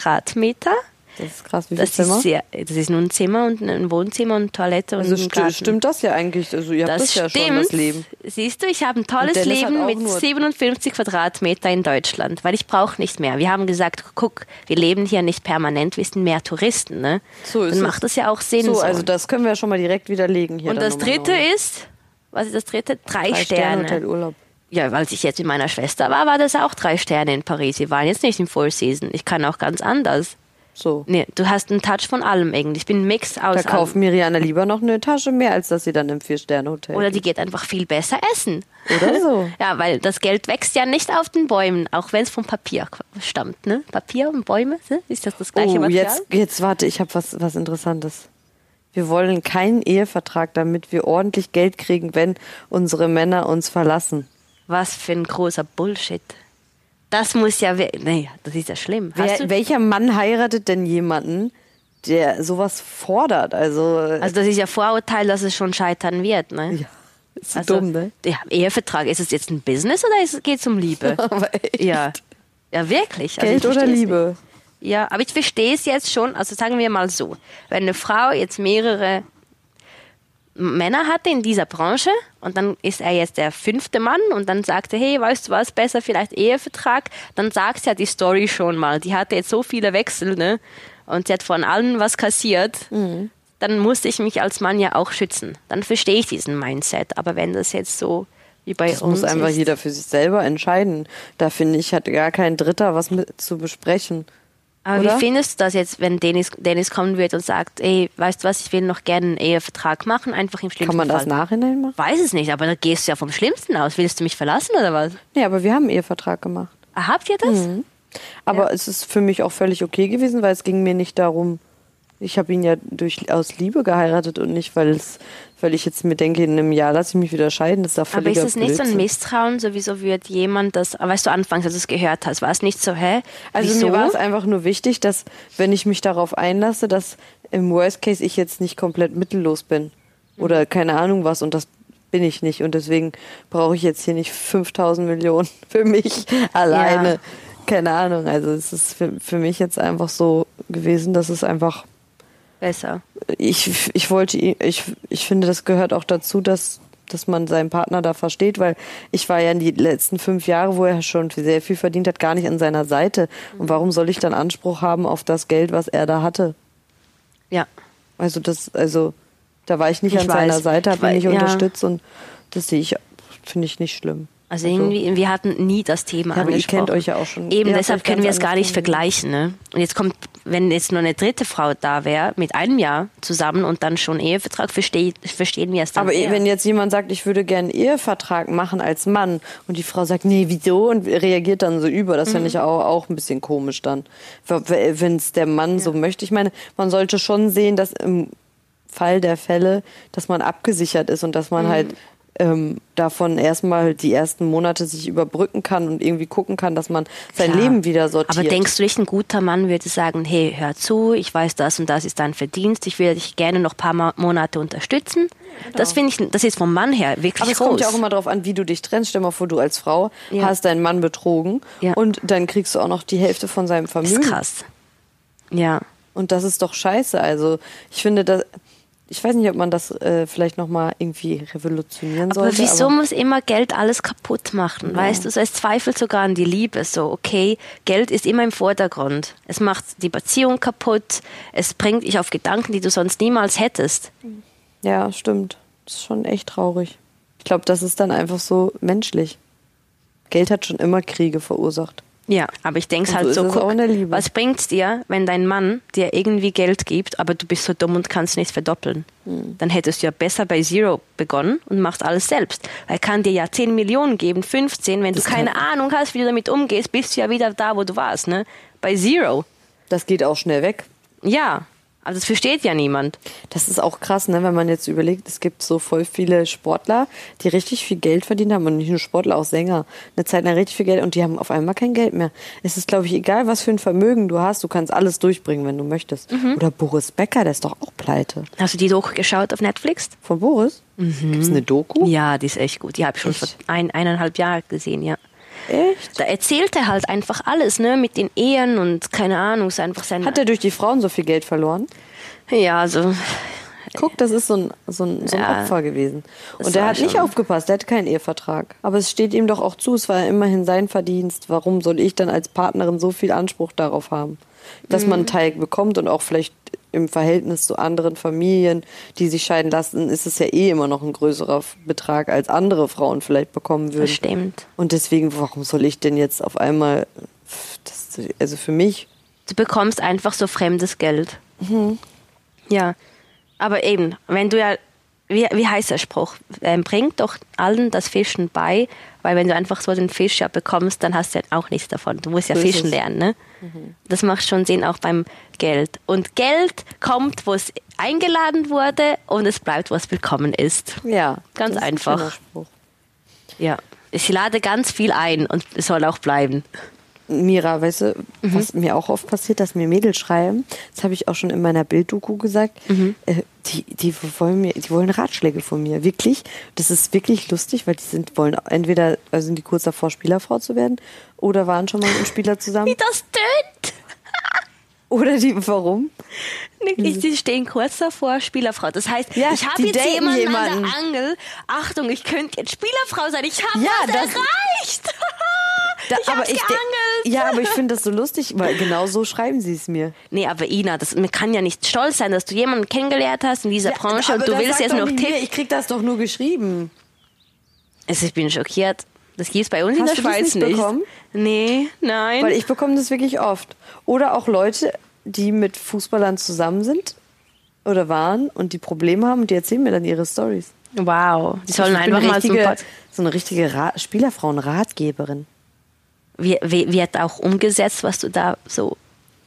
Speaker 1: Quadratmeter.
Speaker 2: Das ist krass, wie viel
Speaker 1: Das
Speaker 2: Zimmer?
Speaker 1: ist sehr, das ist nur ein Zimmer und ein Wohnzimmer und Toilette und
Speaker 2: also
Speaker 1: ein
Speaker 2: sti-
Speaker 1: Garten.
Speaker 2: stimmt das ja eigentlich. Also ihr habt das, ja schon, das Leben.
Speaker 1: Siehst du, ich habe ein tolles
Speaker 2: Dennis hat
Speaker 1: Leben
Speaker 2: auch
Speaker 1: mit
Speaker 2: nur-
Speaker 1: 57 Quadratmeter in Deutschland, weil ich brauche nicht mehr. Wir haben gesagt, guck, wir leben hier nicht permanent, wir sind mehr Touristen, ne?
Speaker 2: So ist
Speaker 1: Dann
Speaker 2: es.
Speaker 1: macht das ja auch Sinn.
Speaker 2: So,
Speaker 1: so.
Speaker 2: also das können wir ja schon mal direkt widerlegen hier.
Speaker 1: Und
Speaker 2: dann
Speaker 1: das
Speaker 2: Nummer
Speaker 1: dritte
Speaker 2: neun.
Speaker 1: ist, was ist das dritte? Drei,
Speaker 2: Drei
Speaker 1: Sterne.
Speaker 2: Hotel Urlaub.
Speaker 1: Ja, als ich jetzt mit meiner Schwester war, war das auch drei Sterne in Paris. Wir waren jetzt nicht im Four Season. Ich kann auch ganz anders.
Speaker 2: So.
Speaker 1: Nee, du hast einen Touch von allem irgendwie. Ich bin ein Mix aus
Speaker 2: Da
Speaker 1: allem.
Speaker 2: kauft Miriana lieber noch eine Tasche mehr, als dass sie dann im Vier-Sterne-Hotel.
Speaker 1: Oder die geht einfach viel besser essen.
Speaker 2: Oder so.
Speaker 1: ja, weil das Geld wächst ja nicht auf den Bäumen, auch wenn es vom Papier qu- stammt. Ne? Papier und Bäume, ne? ist das das gleiche
Speaker 2: Oh,
Speaker 1: Material?
Speaker 2: jetzt, jetzt warte, ich habe was, was Interessantes. Wir wollen keinen Ehevertrag, damit wir ordentlich Geld kriegen, wenn unsere Männer uns verlassen.
Speaker 1: Was für ein großer Bullshit. Das muss ja, we- naja, das ist ja schlimm. Hast
Speaker 2: Wer,
Speaker 1: du,
Speaker 2: welcher Mann heiratet denn jemanden, der sowas fordert. Also,
Speaker 1: Also das ist ja Vorurteil, dass es schon scheitern wird, ne?
Speaker 2: ja, ist so
Speaker 1: also,
Speaker 2: dumm, ne?
Speaker 1: Ja, Ehevertrag, ist es jetzt ein Business oder geht es um Liebe?
Speaker 2: Aber echt.
Speaker 1: ja. Ja, wirklich. Also ich
Speaker 2: Geld oder
Speaker 1: versteh's nicht.
Speaker 2: Liebe?
Speaker 1: Ja, aber ich verstehe es jetzt schon. Also sagen wir mal so, wenn eine Frau jetzt mehrere Männer hatte in dieser Branche und dann ist er jetzt der fünfte Mann und dann sagte, hey, weißt du was, besser vielleicht Ehevertrag, dann sagt ja die Story schon mal. Die hatte jetzt so viele Wechsel, ne? Und sie hat von allen was kassiert.
Speaker 2: Mhm.
Speaker 1: Dann musste ich mich als Mann ja auch schützen. Dann verstehe ich diesen Mindset. Aber wenn das jetzt so wie bei
Speaker 2: Das
Speaker 1: uns
Speaker 2: muss einfach
Speaker 1: ist,
Speaker 2: jeder für sich selber entscheiden. Da finde ich, hat gar kein Dritter was mit zu besprechen.
Speaker 1: Aber
Speaker 2: Oder?
Speaker 1: wie findest du das jetzt, wenn Dennis, Dennis kommen wird und sagt, ey, weißt du was, ich will noch gerne einen Ehevertrag machen, einfach im schlimmsten
Speaker 2: Kann man das
Speaker 1: Fall.
Speaker 2: nachhinein machen?
Speaker 1: Weiß es nicht, aber da gehst du ja vom Schlimmsten aus. Willst du mich verlassen oder was?
Speaker 2: Nee, aber wir haben einen Ehevertrag gemacht.
Speaker 1: Ah, Habt ihr das?
Speaker 2: Mhm. Aber es ist für mich auch völlig okay gewesen, weil es ging mir nicht darum, ich habe ihn ja durch, aus Liebe geheiratet und nicht, weil es, weil ich jetzt mir denke, in einem Jahr lasse ich mich wieder scheiden. Das ist doch
Speaker 1: Aber ist
Speaker 2: völliger
Speaker 1: es nicht so ein
Speaker 2: Blödsinn.
Speaker 1: Misstrauen, sowieso wird jemand das, aber weißt du, anfangs, als du es gehört hast, war es nicht so, hä?
Speaker 2: Also
Speaker 1: Wieso?
Speaker 2: mir war es einfach nur wichtig, dass wenn ich mich darauf einlasse, dass im Worst Case ich jetzt nicht komplett mittellos bin oder
Speaker 1: Mhm.
Speaker 2: keine Ahnung was und das bin ich nicht und deswegen brauche ich jetzt hier nicht 5000 Millionen für mich alleine.
Speaker 1: Ja.
Speaker 2: Keine Ahnung, also es ist für, für mich jetzt einfach so gewesen, dass es einfach
Speaker 1: besser.
Speaker 2: ich, ich wollte, ihn- ich, ich finde, das gehört auch dazu, dass, dass man seinen Partner da versteht, weil ich war ja in die letzten fünf Jahre, wo er schon sehr viel verdient hat, gar nicht an seiner Seite. Und warum soll ich dann Anspruch haben auf das Geld, was er da hatte?
Speaker 1: Ja.
Speaker 2: Also das, also da war ich nicht
Speaker 1: Ich
Speaker 2: an
Speaker 1: weiß.
Speaker 2: seiner Seite,
Speaker 1: Ich
Speaker 2: habe ihn
Speaker 1: weiß,
Speaker 2: nicht
Speaker 1: ja.
Speaker 2: unterstützt und das sehe ich, finde ich nicht schlimm.
Speaker 1: Also irgendwie, wir hatten nie das Thema
Speaker 2: Ja, aber ihr
Speaker 1: angesprochen.
Speaker 2: kennt euch ja auch schon.
Speaker 1: Eben,
Speaker 2: Ihr habt
Speaker 1: deshalb
Speaker 2: euch ganz
Speaker 1: können wir es
Speaker 2: anders
Speaker 1: gar nicht
Speaker 2: kennengelernt.
Speaker 1: vergleichen. Ne? Und jetzt kommt, wenn jetzt nur eine dritte Frau da wäre, mit einem Jahr zusammen und dann schon Ehevertrag, versteh, verstehen wir es dann.
Speaker 2: Aber
Speaker 1: eher.
Speaker 2: wenn jetzt jemand sagt, ich würde gerne einen Ehevertrag machen als Mann und die Frau sagt, nee, wieso? Und reagiert dann so über, das
Speaker 1: Mhm.
Speaker 2: finde ich auch, auch ein bisschen komisch dann. Wenn es der Mann so möchte. Ich meine, man sollte schon sehen, dass im Fall der Fälle, dass man abgesichert ist und dass
Speaker 1: Mhm.
Speaker 2: man halt ähm, davon erstmal halt die ersten Monate sich überbrücken kann und irgendwie gucken kann, dass man sein
Speaker 1: Klar.
Speaker 2: Leben wieder sortiert.
Speaker 1: Aber denkst du nicht, ein guter Mann würde sagen, hey, hör zu, ich weiß, das und das ist dein Verdienst, ich würde dich gerne noch ein paar Ma- Monate unterstützen? Das finde ich, das ist vom Mann her wirklich
Speaker 2: genau. Aber es
Speaker 1: groß.
Speaker 2: kommt ja auch immer darauf an, wie du dich trennst. Stell mal vor, du als Frau
Speaker 1: Ja.
Speaker 2: hast deinen Mann betrogen
Speaker 1: Ja.
Speaker 2: und dann kriegst du auch noch die Hälfte von seinem Vermögen.
Speaker 1: ist krass. Ja.
Speaker 2: Und das ist doch scheiße. Also ich finde, das, ich weiß nicht, ob man das äh, vielleicht nochmal irgendwie revolutionieren
Speaker 1: Aber
Speaker 2: sollte.
Speaker 1: wieso
Speaker 2: aber
Speaker 1: muss immer Geld alles kaputt machen? Weißt du, so, es zweifelt sogar an die Liebe. So, okay, Geld ist immer im Vordergrund. Es macht die Beziehung kaputt. Es bringt dich auf Gedanken, die du sonst niemals hättest.
Speaker 2: ja, stimmt. Das ist schon echt traurig. Ich glaube, das ist dann einfach so menschlich. Geld hat schon immer Kriege verursacht.
Speaker 1: Ja, aber ich denke
Speaker 2: Und
Speaker 1: halt
Speaker 2: so
Speaker 1: so,
Speaker 2: ist es
Speaker 1: guck,
Speaker 2: auch in der Liebe.
Speaker 1: was bringt's dir, wenn dein Mann dir irgendwie Geld gibt, aber du bist so dumm und kannst nicht verdoppeln?
Speaker 2: Hm.
Speaker 1: Dann hättest du ja besser bei Zero begonnen und machst alles selbst. Er kann dir ja 10 Millionen geben, 15, wenn du keine Ahnung hast, wie du damit umgehst, bist du ja wieder da, wo du warst, ne? Bei Zero.
Speaker 2: Das geht auch schnell weg.
Speaker 1: Ja, aber das versteht ja niemand.
Speaker 2: Das ist auch krass, ne? wenn man jetzt überlegt, es gibt so voll viele Sportler, die richtig viel Geld verdient haben und nicht nur Sportler, auch Sänger. Eine Zeit lang richtig viel Geld und die haben auf einmal kein Geld mehr. Es ist, glaube ich, egal, was für ein Vermögen du hast, du kannst alles durchbringen, wenn du möchtest. Oder Boris Becker, der ist doch auch pleite.
Speaker 1: Hast du die Doku geschaut auf Netflix?
Speaker 2: Von Boris? Gibt's eine Doku?
Speaker 1: Ja, die ist echt gut. Die habe ich schon vor
Speaker 2: Echt?
Speaker 1: ein, eineinhalb Jahren gesehen, ja.
Speaker 2: Echt?
Speaker 1: Da erzählt er halt einfach alles, ne, mit den Ehen und keine Ahnung, ist einfach sein.
Speaker 2: Hat er durch die Frauen so viel Geld verloren?
Speaker 1: Ja, also
Speaker 2: Guck, das ist so ein, so ein, so ein
Speaker 1: Ja.
Speaker 2: Opfer gewesen.
Speaker 1: Das
Speaker 2: Und der
Speaker 1: war
Speaker 2: hat nicht
Speaker 1: schon-
Speaker 2: aufgepasst, der hat keinen Ehevertrag. Aber es steht ihm doch auch zu, es war ja immerhin sein Verdienst. Warum soll ich dann als Partnerin so viel Anspruch darauf haben? Dass
Speaker 1: Mhm.
Speaker 2: man einen Teil bekommt und auch vielleicht im Verhältnis zu anderen Familien, die sich scheiden lassen, ist es ja eh immer noch ein größerer Betrag, als andere Frauen vielleicht bekommen würden.
Speaker 1: das stimmt.
Speaker 2: Und deswegen, warum soll ich denn jetzt auf einmal, das, also für mich,
Speaker 1: Du bekommst einfach so fremdes Geld.
Speaker 2: Mhm.
Speaker 1: Ja, aber eben, wenn du ja, wie, wie heißt der Spruch? Ähm, bringt doch allen das Fischen bei, weil wenn du einfach so den Fisch ja bekommst, dann hast du ja auch nichts davon. Du musst ja
Speaker 2: So ist
Speaker 1: fischen
Speaker 2: es. Mhm.
Speaker 1: lernen, ne? Das macht schon Sinn auch beim Geld. Und Geld kommt, wo es eingeladen wurde und es bleibt, wo es willkommen ist.
Speaker 2: ja.
Speaker 1: Ganz
Speaker 2: das ist ein
Speaker 1: einfach.
Speaker 2: schöner Spruch.
Speaker 1: Ja. Ich lade ganz viel ein und es soll auch bleiben.
Speaker 2: Mira, weißt du,
Speaker 1: Mhm.
Speaker 2: was mir auch oft passiert, dass mir Mädels schreiben, das habe ich auch schon in meiner Bilddoku gesagt,
Speaker 1: Mhm.
Speaker 2: äh, die, die, wollen mir, die wollen Ratschläge von mir. Wirklich, das ist wirklich lustig, weil die sind, wollen entweder also sind die kurz davor, Spielerfrau zu werden oder waren schon mal mit einem Spieler zusammen.
Speaker 1: Wie das tönt!
Speaker 2: Oder die, warum?
Speaker 1: Ich, die stehen kurz davor, Spielerfrau. Das heißt,
Speaker 2: Mhm. Ja,
Speaker 1: ich habe
Speaker 2: die
Speaker 1: jetzt
Speaker 2: daten
Speaker 1: jemanden, an
Speaker 2: jemanden.
Speaker 1: der Angel. Achtung, ich könnte jetzt Spielerfrau sein. Ich habe
Speaker 2: Ja,
Speaker 1: was
Speaker 2: das-
Speaker 1: erreicht.
Speaker 2: Da-
Speaker 1: ich habe
Speaker 2: de-
Speaker 1: geangelt.
Speaker 2: Ja, aber ich finde das so lustig, weil genau so schreiben sie es mir.
Speaker 1: Nee, aber Ina, das, man kann ja nicht stolz sein, dass du jemanden kennengelernt hast in dieser Branche
Speaker 2: Aber
Speaker 1: und du
Speaker 2: das
Speaker 1: willst
Speaker 2: sagt
Speaker 1: jetzt
Speaker 2: doch
Speaker 1: noch
Speaker 2: nicht mir,
Speaker 1: Tipps.
Speaker 2: Ich krieg das doch nur geschrieben.
Speaker 1: Also ich bin schockiert. Das gibt's bei uns in
Speaker 2: Hast
Speaker 1: der
Speaker 2: du das
Speaker 1: Schweiz
Speaker 2: nicht
Speaker 1: nicht.
Speaker 2: bekommen?
Speaker 1: Nee, nein.
Speaker 2: Weil ich bekomme das wirklich oft. Oder auch Leute, die mit Fußballern zusammen sind oder waren und die Probleme haben und die erzählen mir dann ihre Stories.
Speaker 1: wow. Die sollen
Speaker 2: Ich bin
Speaker 1: einfach mal zum
Speaker 2: richtige,
Speaker 1: Pod
Speaker 2: so eine richtige Ra Spielerfrauen-Ratgeberin.
Speaker 1: wie, wie, Wird auch umgesetzt, was du da so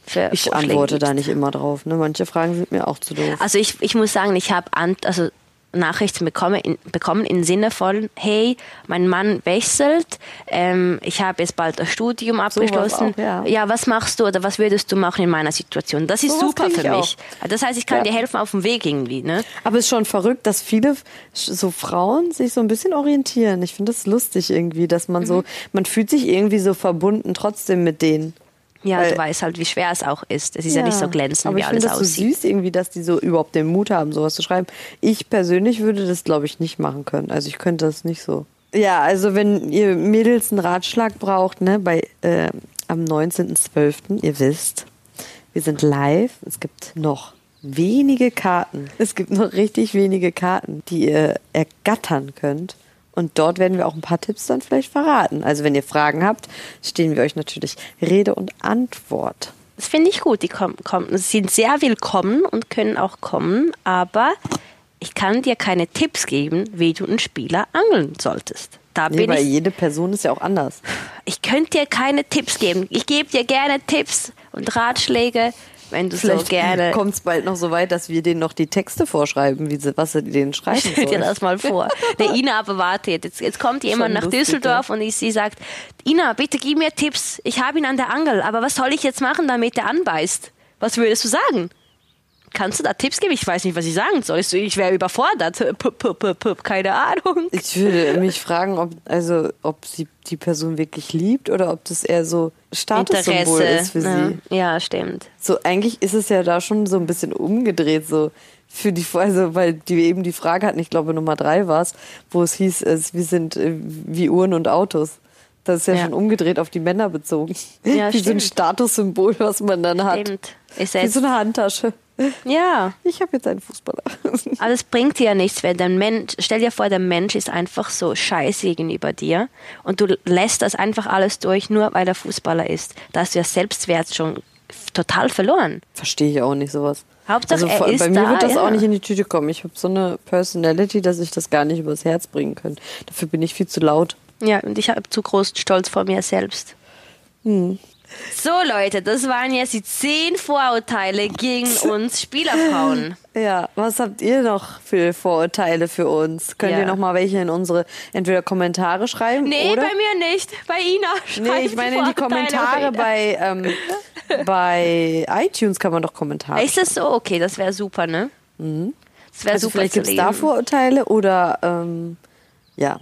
Speaker 1: für
Speaker 2: Ich
Speaker 1: Vorschläge
Speaker 2: antworte
Speaker 1: gibst?
Speaker 2: da nicht immer drauf. Ne? Manche Fragen sind mir auch zu doof.
Speaker 1: Also ich, ich muss sagen, ich habe Ant also Nachrichten bekommen, in, bekommen im Sinne von, hey, mein Mann wechselt, ähm, ich habe jetzt bald das Studium abgeschlossen.
Speaker 2: auch, ja.
Speaker 1: was machst du oder was würdest du machen in meiner Situation? Das ist
Speaker 2: Sowas
Speaker 1: super
Speaker 2: krieg
Speaker 1: für mich.
Speaker 2: ich
Speaker 1: Das heißt, ich kann
Speaker 2: Ja.
Speaker 1: dir helfen auf dem Weg irgendwie. Ne?
Speaker 2: Aber es ist schon verrückt, dass viele so Frauen sich so ein bisschen orientieren. Ich finde das lustig irgendwie, dass man so, man fühlt sich irgendwie so verbunden trotzdem mit denen.
Speaker 1: Ja,
Speaker 2: Weil-
Speaker 1: du weißt halt, wie schwer es auch ist. Es ist ja, nicht so glänzend,
Speaker 2: aber
Speaker 1: wie
Speaker 2: ich finde
Speaker 1: alles
Speaker 2: das
Speaker 1: aussieht.
Speaker 2: so süß irgendwie, dass die so überhaupt den Mut haben, sowas zu schreiben. Ich persönlich würde das, glaube ich, nicht machen können. Also ich könnte das nicht so. Ja, also wenn ihr Mädels einen Ratschlag braucht, ne, bei äh, am 19.12., ihr wisst, wir sind live. Es gibt noch wenige Karten. Es gibt noch richtig wenige Karten, die ihr ergattern könnt. Und dort werden wir auch ein paar Tipps dann vielleicht verraten. Also wenn ihr Fragen habt, stehen wir euch natürlich Rede und Antwort.
Speaker 1: das finde ich gut. Die kommen, kommen, sind sehr willkommen und können auch kommen, aber ich kann dir keine Tipps geben, wie du einen Spieler angeln solltest. Da
Speaker 2: Nee,
Speaker 1: bin
Speaker 2: weil
Speaker 1: ich
Speaker 2: jede Person ist ja auch anders.
Speaker 1: ich könnte dir keine Tipps geben. Ich gebe dir gerne Tipps und Ratschläge, wenn du so gerne.
Speaker 2: kommt es bald noch so weit, dass wir denen noch die Texte vorschreiben, wie sie, was sie denen schreiben
Speaker 1: Stell dir
Speaker 2: sollen.
Speaker 1: das mal vor. Der Ina aber wartet. Jetzt, jetzt kommt jemand
Speaker 2: Schon
Speaker 1: nach
Speaker 2: lustig,
Speaker 1: Düsseldorf und ich, sie sagt, Ina, bitte gib mir Tipps. Ich habe ihn an der Angel, aber was soll ich jetzt machen, damit er anbeißt? Was würdest du sagen? Kannst du da Tipps geben? Ich weiß nicht, was ich sagen soll. Ich- Ich wäre überfordert. Pup, pup, pup, pup. Keine Ahnung.
Speaker 2: Ich würde mich fragen, ob, also, ob sie die Person wirklich liebt oder ob das eher so Statussymbol ist für
Speaker 1: ja.
Speaker 2: sie.
Speaker 1: ne? ja, stimmt.
Speaker 2: So, eigentlich ist es ja da schon so ein bisschen umgedreht, so für die, also, weil die eben die Frage hatten, ich glaube Nummer drei war es, wo es hieß, es, wir sind äh, wie Uhren und Autos. Das ist ja,
Speaker 1: Ja.
Speaker 2: schon umgedreht auf die Männer bezogen.
Speaker 1: Ja,
Speaker 2: wie so ein
Speaker 1: stimmt.
Speaker 2: Statussymbol, was man dann hat.
Speaker 1: Stimmt. Ist
Speaker 2: Wie
Speaker 1: jetzt,
Speaker 2: so eine Handtasche.
Speaker 1: ja.
Speaker 2: Ich habe jetzt einen Fußballer.
Speaker 1: Aber es bringt dir ja nichts, wenn der Mensch, stell dir vor, der Mensch ist einfach so scheiße gegenüber dir und du lässt das einfach alles durch, nur weil er Fußballer ist. Da hast du ja Selbstwert schon f- total verloren.
Speaker 2: Verstehe ich auch nicht sowas.
Speaker 1: Hauptsache,
Speaker 2: also, vor-
Speaker 1: er ist
Speaker 2: bei mir
Speaker 1: da,
Speaker 2: wird das
Speaker 1: ja.
Speaker 2: auch nicht in die Tüte kommen. Ich habe so eine Personality, dass ich das gar nicht übers Herz bringen kann. Dafür bin ich viel zu laut.
Speaker 1: Ja, und ich habe zu großen Stolz vor mir selbst. Hm. So Leute, das waren jetzt die zehn Vorurteile gegen uns Spielerfrauen.
Speaker 2: Ja, was habt ihr noch für Vorurteile für uns? Könnt
Speaker 1: Ja.
Speaker 2: ihr noch mal welche in unsere entweder Kommentare schreiben
Speaker 1: Nee,
Speaker 2: oder
Speaker 1: bei mir nicht. Bei Ina.
Speaker 2: Nee, ich
Speaker 1: Schreibt
Speaker 2: meine in
Speaker 1: Vorurteile
Speaker 2: die Kommentare
Speaker 1: rein.
Speaker 2: bei ähm, bei iTunes kann man doch Kommentare.
Speaker 1: Ist das so? Okay, das wäre super, ne? Das wäre
Speaker 2: also
Speaker 1: super
Speaker 2: vielleicht
Speaker 1: zu
Speaker 2: gibt's da
Speaker 1: lesen.
Speaker 2: Vorurteile oder ähm, ja,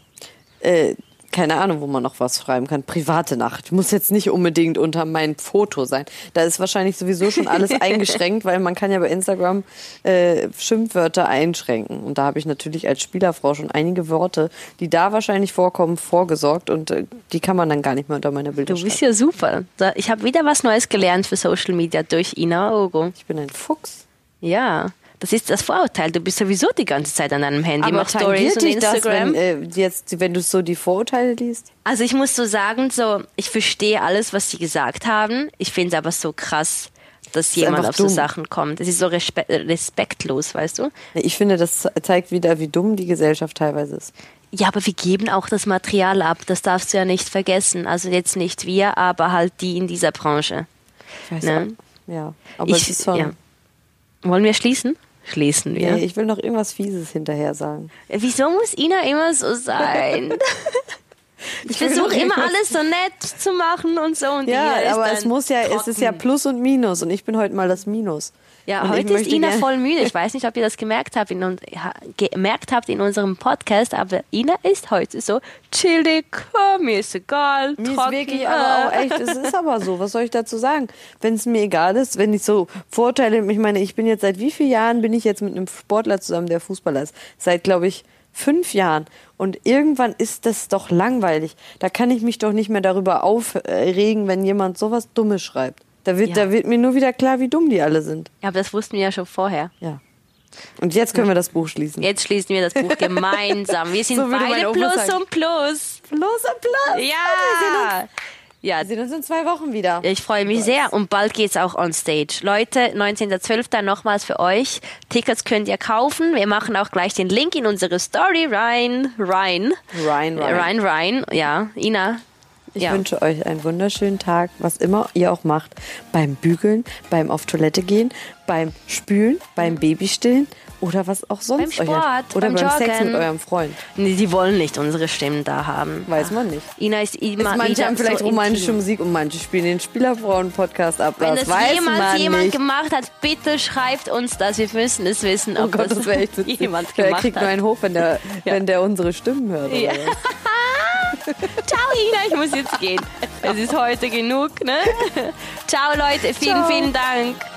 Speaker 2: äh, keine Ahnung, wo man noch was schreiben kann. Private Nacht muss jetzt nicht unbedingt unter mein Foto sein. Da ist wahrscheinlich sowieso schon alles eingeschränkt, weil man kann ja bei Instagram äh, Schimpfwörter einschränken. Und da habe ich natürlich als Spielerfrau schon einige Worte, die da wahrscheinlich vorkommen, vorgesorgt und äh, die kann man dann gar nicht mehr unter meiner Bilder
Speaker 1: Du
Speaker 2: schreiben.
Speaker 1: bist ja super. Da- Ich habe wieder was Neues gelernt für Social Media durch Ina Ogo.
Speaker 2: Ich bin ein Fuchs.
Speaker 1: Ja, das ist das Vorurteil. Du bist sowieso die ganze Zeit an deinem Handy,
Speaker 2: Aber
Speaker 1: machst Stories
Speaker 2: tangiert
Speaker 1: und
Speaker 2: dich das,
Speaker 1: Instagram.
Speaker 2: wenn, äh, jetzt, wenn du so die Vorurteile liest?
Speaker 1: also ich muss so sagen, so ich verstehe alles, was sie gesagt haben. Ich finde es aber so krass, dass jemand
Speaker 2: einfach
Speaker 1: auf
Speaker 2: dumm.
Speaker 1: so Sachen kommt. Es ist so respe äh, respektlos, weißt du?
Speaker 2: Nee, Ich finde, das ze- zeigt wieder, wie dumm die Gesellschaft teilweise ist.
Speaker 1: Ja, aber wir geben auch das Material ab. Das darfst du ja nicht vergessen. Also jetzt nicht wir, aber halt die in dieser Branche.
Speaker 2: Ich weiß
Speaker 1: Ne?
Speaker 2: auch. Ja, aber es ist schon.
Speaker 1: ja. Wollen wir schließen? Schließen wir.
Speaker 2: Nee, ich will noch irgendwas Fieses hinterher sagen.
Speaker 1: Wieso muss Ina immer so sein? Ich versuche
Speaker 2: will-
Speaker 1: immer alles so nett zu machen und so. Und
Speaker 2: Ja,
Speaker 1: ihr ist
Speaker 2: aber
Speaker 1: dann
Speaker 2: es muss ja, es ist ja
Speaker 1: trocken.
Speaker 2: Plus und Minus und ich bin heute mal das Minus.
Speaker 1: Ja,
Speaker 2: und ich
Speaker 1: heute ist
Speaker 2: möchte
Speaker 1: Ina
Speaker 2: gerne-
Speaker 1: voll müde. Ich weiß nicht, ob ihr das gemerkt habt, in, uns- ha- gemerkt habt in unserem Podcast, aber Ina ist heute so chillig, oh, mir ist egal,
Speaker 2: Mir ist
Speaker 1: trocken,
Speaker 2: wirklich
Speaker 1: äh.
Speaker 2: aber auch echt, es ist aber so, was soll ich dazu sagen? Wenn es mir egal ist, wenn ich so Vorteile, ich meine, ich bin jetzt seit wie vielen Jahren bin ich jetzt mit einem Sportler zusammen, der Fußballer ist? Seit, glaube ich, fünf Jahren. Und irgendwann ist das doch langweilig. Da kann ich mich doch nicht mehr darüber aufregen, wenn jemand sowas Dummes schreibt. Da wird,
Speaker 1: Ja.
Speaker 2: da wird mir nur wieder klar, wie dumm die alle sind.
Speaker 1: Ja, aber das wussten wir ja schon vorher.
Speaker 2: Ja. Und jetzt können wir das Buch schließen.
Speaker 1: Jetzt schließen wir das Buch gemeinsam. Wir sind
Speaker 2: So würde meine
Speaker 1: beide
Speaker 2: Oma
Speaker 1: Plus
Speaker 2: sagen.
Speaker 1: und Plus.
Speaker 2: Los, Applaus!
Speaker 1: Ja! Ja,
Speaker 2: Wir sehen uns in zwei Wochen wieder.
Speaker 1: ich freue mich sehr und bald geht's auch on stage. Leute, 19.12. nochmals für euch. Tickets könnt ihr kaufen. Wir machen auch gleich den Link in unsere Story rein. Rein.
Speaker 2: Ryan, Ryan.
Speaker 1: Rein, rein. Ja, Ina.
Speaker 2: Ich
Speaker 1: ja.
Speaker 2: wünsche euch einen wunderschönen Tag, was immer ihr auch macht. Beim Bügeln, beim auf Toilette gehen, beim Spülen, beim Babystillen oder was auch sonst.
Speaker 1: Beim
Speaker 2: euch hat.
Speaker 1: Sport,
Speaker 2: oder
Speaker 1: beim
Speaker 2: beim, Sex
Speaker 1: Joggen.
Speaker 2: mit eurem Freund.
Speaker 1: Nee, die wollen nicht unsere Stimmen da haben.
Speaker 2: Weiß man nicht.
Speaker 1: Ina ist immer
Speaker 2: manche
Speaker 1: wieder
Speaker 2: haben vielleicht
Speaker 1: so
Speaker 2: romantische
Speaker 1: intim.
Speaker 2: Musik und manche spielen den Spielerfrauen-Podcast ab.
Speaker 1: Wenn
Speaker 2: das
Speaker 1: das
Speaker 2: weiß
Speaker 1: jemand,
Speaker 2: man
Speaker 1: jemand
Speaker 2: nicht.
Speaker 1: gemacht hat, bitte schreibt uns das. Wir müssen es wissen,
Speaker 2: oh
Speaker 1: ob
Speaker 2: Gott, das wäre echt witzig.
Speaker 1: jemand
Speaker 2: Der
Speaker 1: gemacht
Speaker 2: kriegt nur
Speaker 1: hat.
Speaker 2: einen hoch, wenn der, wenn der unsere Stimmen hört. oder
Speaker 1: Ja.
Speaker 2: was.
Speaker 1: Ciao, Ina, ich muss jetzt gehen. es ist heute genug, ne? Ciao, Leute. Vielen, vielen Dank.